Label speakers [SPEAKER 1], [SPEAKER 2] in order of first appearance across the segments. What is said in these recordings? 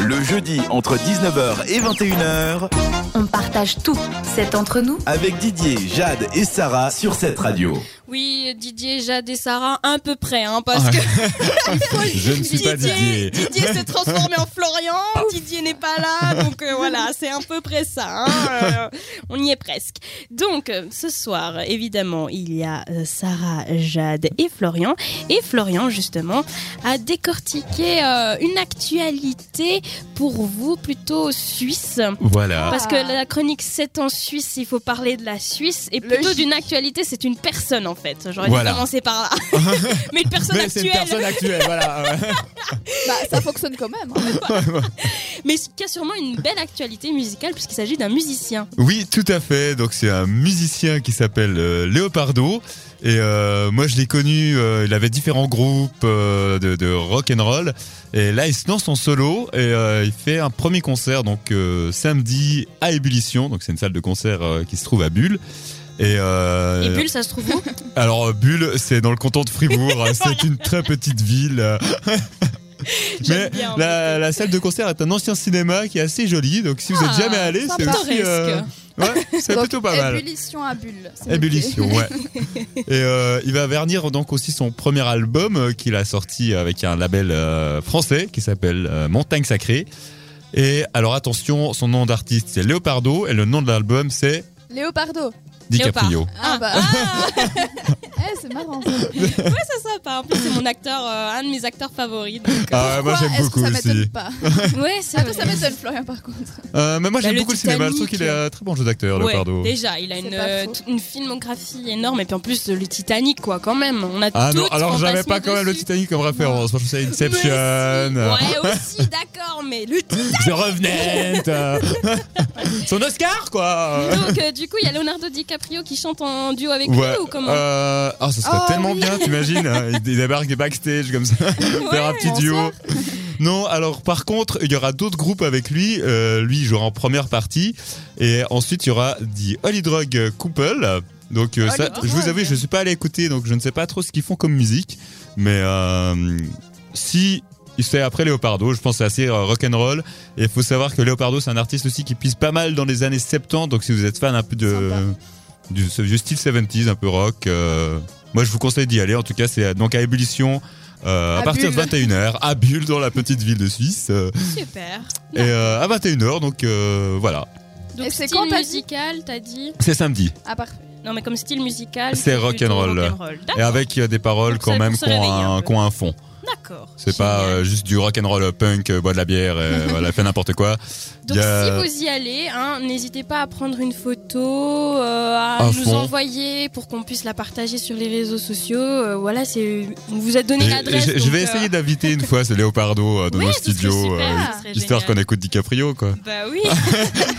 [SPEAKER 1] Le jeudi, entre 19h et 21h,
[SPEAKER 2] On partage tout, c'est entre nous.
[SPEAKER 1] avec Didier, Jade et Sarah sur cette radio.
[SPEAKER 3] Oui, Didier, Jade et Sarah, un peu près, hein, parce que
[SPEAKER 4] Je ne suis pas Didier.
[SPEAKER 3] Didier s'est transformé en Florian, Didier n'est pas là, donc euh, voilà, c'est à peu près ça. hein, euh, on y est presque. Donc, euh, ce soir, évidemment, il y a euh, Sarah, Jade et Florian. Et Florian, justement, a décortiqué euh, une actualité pour vous plutôt suisse.
[SPEAKER 4] Voilà.
[SPEAKER 3] Parce que la chronique 7 en Suisse, il faut parler de la Suisse. Et plutôt d'une actualité, c'est une personne en fait. J'aurais
[SPEAKER 4] Voilà.
[SPEAKER 3] dû commencer par là. Mais une personne
[SPEAKER 4] Mais c'est une
[SPEAKER 3] actuelle.
[SPEAKER 4] personne actuelle, voilà.
[SPEAKER 5] Bah, ça fonctionne quand même. hein.
[SPEAKER 3] Mais qui a sûrement une belle actualité musicale puisqu'il s'agit d'un musicien.
[SPEAKER 4] Oui, tout à fait. Donc c'est un musicien qui s'appelle euh, Leopardo. Et euh, moi, je l'ai connu. euh, il avait différents groupes euh, de, de rock and roll. Et là, il se lance en solo et euh, il fait un premier concert donc euh, samedi à Ébullition. Donc c'est une salle de concert euh, qui se trouve à Bulle. Et, euh,
[SPEAKER 3] Et Bulle, ça se trouve où
[SPEAKER 4] alors euh, Bulle, c'est dans le canton de Fribourg. c'est une très petite ville. euh, Mais
[SPEAKER 3] J'aime bien, en
[SPEAKER 4] la, la salle de concert est un ancien cinéma qui est assez joli, donc si vous
[SPEAKER 3] Ah,
[SPEAKER 4] êtes jamais allé, c'est
[SPEAKER 3] sympa.
[SPEAKER 4] aussi, euh, ouais, c'est
[SPEAKER 5] Donc,
[SPEAKER 4] plutôt pas mal.
[SPEAKER 5] Ébullition à bulle. c'est
[SPEAKER 4] Ébullition,
[SPEAKER 5] noté.
[SPEAKER 4] ouais. Et euh, il va vernir donc aussi son premier album euh, qu'il a sorti avec un label euh, français qui s'appelle euh, Montagne Sacrée. Et alors attention, son nom d'artiste c'est Leopardo et le nom de l'album c'est
[SPEAKER 5] Léopardo.
[SPEAKER 4] DiCaprio.
[SPEAKER 5] Ah bah.
[SPEAKER 3] Ah,
[SPEAKER 5] eh, c'est marrant. ça.
[SPEAKER 3] c'est sympa. En plus, c'est mon acteur, euh, un de mes acteurs favoris. donc, euh,
[SPEAKER 4] Ah, ouais, moi
[SPEAKER 5] Pourquoi
[SPEAKER 4] j'aime
[SPEAKER 5] est-ce
[SPEAKER 4] beaucoup
[SPEAKER 5] que ça
[SPEAKER 4] aussi.
[SPEAKER 5] m'étonne pas.
[SPEAKER 3] ouais, c'est
[SPEAKER 5] Ah, toi, ça m'étonne, Florian, par contre.
[SPEAKER 4] Euh, mais moi
[SPEAKER 3] Bah,
[SPEAKER 4] j'aime
[SPEAKER 3] le
[SPEAKER 4] beaucoup le cinéma, je trouve
[SPEAKER 3] Titanic.
[SPEAKER 4] qu'il est un très bon jeu d'acteur,
[SPEAKER 3] Ouais,
[SPEAKER 4] Leopardo.
[SPEAKER 3] déjà, il a une,
[SPEAKER 5] C'est pas
[SPEAKER 3] euh,
[SPEAKER 5] faux.
[SPEAKER 3] t- une filmographie énorme et puis en plus le Titanic quoi quand même. On a
[SPEAKER 4] Ah non,
[SPEAKER 3] toutes
[SPEAKER 4] alors j'avais
[SPEAKER 3] fantasmé
[SPEAKER 4] pas quand même le
[SPEAKER 3] dessus.
[SPEAKER 4] Titanic comme référence. Moi je pensais à
[SPEAKER 3] Mais
[SPEAKER 4] Inception. euh,
[SPEAKER 3] si. Ouais aussi d'accord mais le
[SPEAKER 4] The Revenant euh, Son Oscar, quoi
[SPEAKER 3] Donc, euh, du coup, il y a Leonardo DiCaprio qui chante en duo avec lui ou comment
[SPEAKER 4] euh, oh, ça serait
[SPEAKER 5] Oh,
[SPEAKER 4] tellement
[SPEAKER 5] oui.
[SPEAKER 4] bien, t'imagines hein, Il il débarque des backstage comme ça, faire un petit duo.
[SPEAKER 5] bonsoir.
[SPEAKER 4] Non, alors par contre, il y aura d'autres groupes avec lui. Euh, lui, il jouera en première partie. Et ensuite, il y aura The Holy Drug Couple. Donc, euh,
[SPEAKER 5] Holy
[SPEAKER 4] ça, je vous
[SPEAKER 5] Drug.
[SPEAKER 4] avoue, je ne suis pas allé écouter, donc je ne sais pas trop ce qu'ils font comme musique. Mais euh, si c'est après Leopardo, je pense que c'est assez euh, rock'n'roll. Et il faut savoir que Leopardo, c'est un artiste aussi qui pisse pas mal dans les années 70. Donc si vous êtes fan un peu de
[SPEAKER 5] Sympa.
[SPEAKER 4] du ce vieux style 70, un peu rock, euh, moi je vous conseille d'y aller. En tout cas, c'est donc à ébullition. euh, à,
[SPEAKER 5] À
[SPEAKER 4] partir
[SPEAKER 5] Bulle.
[SPEAKER 4] de 21h, à Bulle, dans la petite ville de Suisse. euh,
[SPEAKER 3] Super.
[SPEAKER 4] et euh, à 21h, donc euh, voilà.
[SPEAKER 3] Donc,
[SPEAKER 5] Et c'est
[SPEAKER 3] style
[SPEAKER 5] quand, t'as dit
[SPEAKER 3] musical, t'as dit
[SPEAKER 4] C'est samedi.
[SPEAKER 5] Ah, parfait.
[SPEAKER 3] Non, mais comme style musical.
[SPEAKER 4] C'est
[SPEAKER 3] plutôt
[SPEAKER 4] rock'n'roll.
[SPEAKER 3] rock'n'roll. D'ac-
[SPEAKER 4] Et avec euh, des paroles
[SPEAKER 3] Donc,
[SPEAKER 4] quand
[SPEAKER 3] ça-
[SPEAKER 4] même
[SPEAKER 3] pour se
[SPEAKER 4] qui ont
[SPEAKER 3] réveiller un
[SPEAKER 4] un,
[SPEAKER 3] peu.
[SPEAKER 4] qui ont un fond.
[SPEAKER 3] D'accord.
[SPEAKER 4] C'est pas
[SPEAKER 3] Génial.
[SPEAKER 4] euh, juste du rock'n'roll euh, punk, euh, boire de la bière, euh, voilà, fait n'importe quoi.
[SPEAKER 3] Donc,
[SPEAKER 4] y a-
[SPEAKER 3] si vous y allez, hein, n'hésitez pas à prendre une photo, euh, à
[SPEAKER 4] À
[SPEAKER 3] nous
[SPEAKER 4] fond.
[SPEAKER 3] envoyer pour qu'on puisse la partager sur les réseaux sociaux. Euh, voilà, c'est. On vous a donné
[SPEAKER 4] Et-
[SPEAKER 3] l'adresse.
[SPEAKER 4] et je, je
[SPEAKER 3] donc,
[SPEAKER 4] vais
[SPEAKER 3] euh,
[SPEAKER 4] essayer d'inviter une fois ce Leopardo euh, dans
[SPEAKER 3] ouais,
[SPEAKER 4] nos
[SPEAKER 3] ce serait
[SPEAKER 4] studios,
[SPEAKER 3] super,
[SPEAKER 4] euh,
[SPEAKER 3] ce serait
[SPEAKER 4] histoire
[SPEAKER 3] génial.
[SPEAKER 4] qu'on écoute DiCaprio, quoi.
[SPEAKER 3] Bah oui.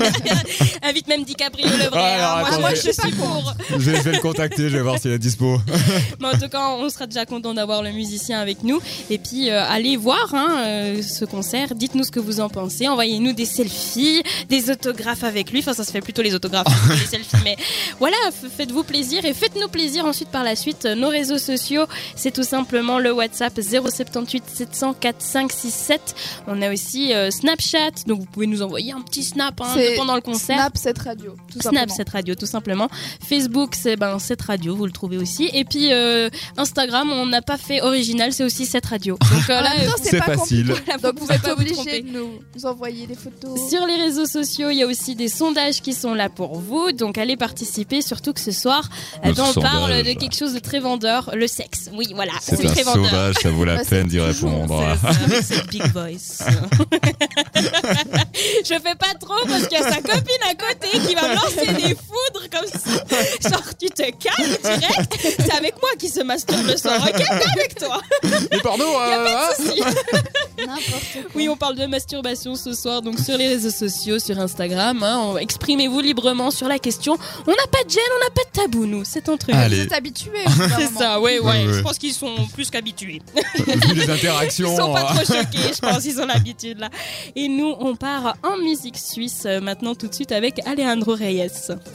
[SPEAKER 3] Invite même DiCaprio le vrai.
[SPEAKER 4] Ah, alors,
[SPEAKER 3] hein. Moi,
[SPEAKER 4] attends,
[SPEAKER 3] moi,
[SPEAKER 4] je-
[SPEAKER 3] je suis pour.
[SPEAKER 4] je, vais, je vais le contacter, je vais voir s'il est dispo.
[SPEAKER 3] Mais en tout cas, on sera déjà content d'avoir le musicien avec nous. Et puis, euh, allez voir hein, euh, ce concert. Dites-nous ce que vous en pensez. Envoyez-nous des selfies, des autographes avec lui. Enfin, ça se fait plutôt les autographes que les selfies. Mais voilà, f- faites-vous plaisir et faites-nous plaisir ensuite par la suite. Euh, Nos réseaux sociaux, c'est tout simplement le WhatsApp 078 700 4567. On a aussi euh, Snapchat. Donc, vous pouvez nous envoyer un petit snap hein,
[SPEAKER 5] C'est
[SPEAKER 3] pendant le concert.
[SPEAKER 5] Snap cette radio. Tout
[SPEAKER 3] Snap,
[SPEAKER 5] simplement.
[SPEAKER 3] cette radio, tout simplement. Facebook, c'est ben, cette radio, vous le trouvez aussi. Et puis euh, Instagram, on n'a pas fait original, c'est aussi cette radio. Donc euh,
[SPEAKER 5] En
[SPEAKER 3] là,
[SPEAKER 5] même temps,
[SPEAKER 3] euh,
[SPEAKER 4] C'est
[SPEAKER 5] pas
[SPEAKER 4] facile.
[SPEAKER 5] compliqué.
[SPEAKER 3] voilà,
[SPEAKER 5] Donc
[SPEAKER 3] vous
[SPEAKER 5] vous
[SPEAKER 3] pouvez
[SPEAKER 5] êtes
[SPEAKER 3] pas vous
[SPEAKER 5] obligés
[SPEAKER 3] tromper.
[SPEAKER 5] de nous, nous envoyer des photos.
[SPEAKER 3] euh, Sur les réseaux sociaux, il y a aussi des sondages qui sont là pour vous. Donc allez participer, surtout que ce soir, euh,
[SPEAKER 4] Notre
[SPEAKER 3] on parle
[SPEAKER 4] sondage.
[SPEAKER 3] de quelque chose de très vendeur, le sexe. Oui, voilà,
[SPEAKER 4] C'est un
[SPEAKER 3] très vendeur.
[SPEAKER 4] sauvage, ça vaut la
[SPEAKER 5] Bah,
[SPEAKER 4] peine d'y
[SPEAKER 5] toujours
[SPEAKER 4] répondre.
[SPEAKER 3] C'est ça, avec cette big voice. je fais pas trop parce qu'il y a sa copine à côté qui va me lancer des foudres comme ça. Genre, tu te calmes direct. C'est avec moi qui se masturbe le soir. Ok, pas avec toi.
[SPEAKER 4] Les pornos, euh,
[SPEAKER 3] Si.
[SPEAKER 5] N'importe quoi.
[SPEAKER 3] Oui, on parle de masturbation ce soir, donc sur les réseaux sociaux, sur Instagram. hein, on- Exprimez-vous librement sur la question. On n'a pas de gêne, on n'a pas de tabou, nous. C'est entre
[SPEAKER 4] Ah,
[SPEAKER 3] nous.
[SPEAKER 4] allez.
[SPEAKER 5] Vous êtes habitués. au bout d'un
[SPEAKER 3] C'est
[SPEAKER 5] moment.
[SPEAKER 3] ça, ouais, ouais.
[SPEAKER 4] Ouais, ouais.
[SPEAKER 3] Je pense qu'ils sont plus qu'habitués.
[SPEAKER 4] hein, vu les
[SPEAKER 3] Ils sont
[SPEAKER 4] interactions. hein.
[SPEAKER 3] pas trop choqués, je pense, ils ont l'habitude là. Et nous, on part en musique suisse euh, maintenant tout de suite avec Alejandro Reyes.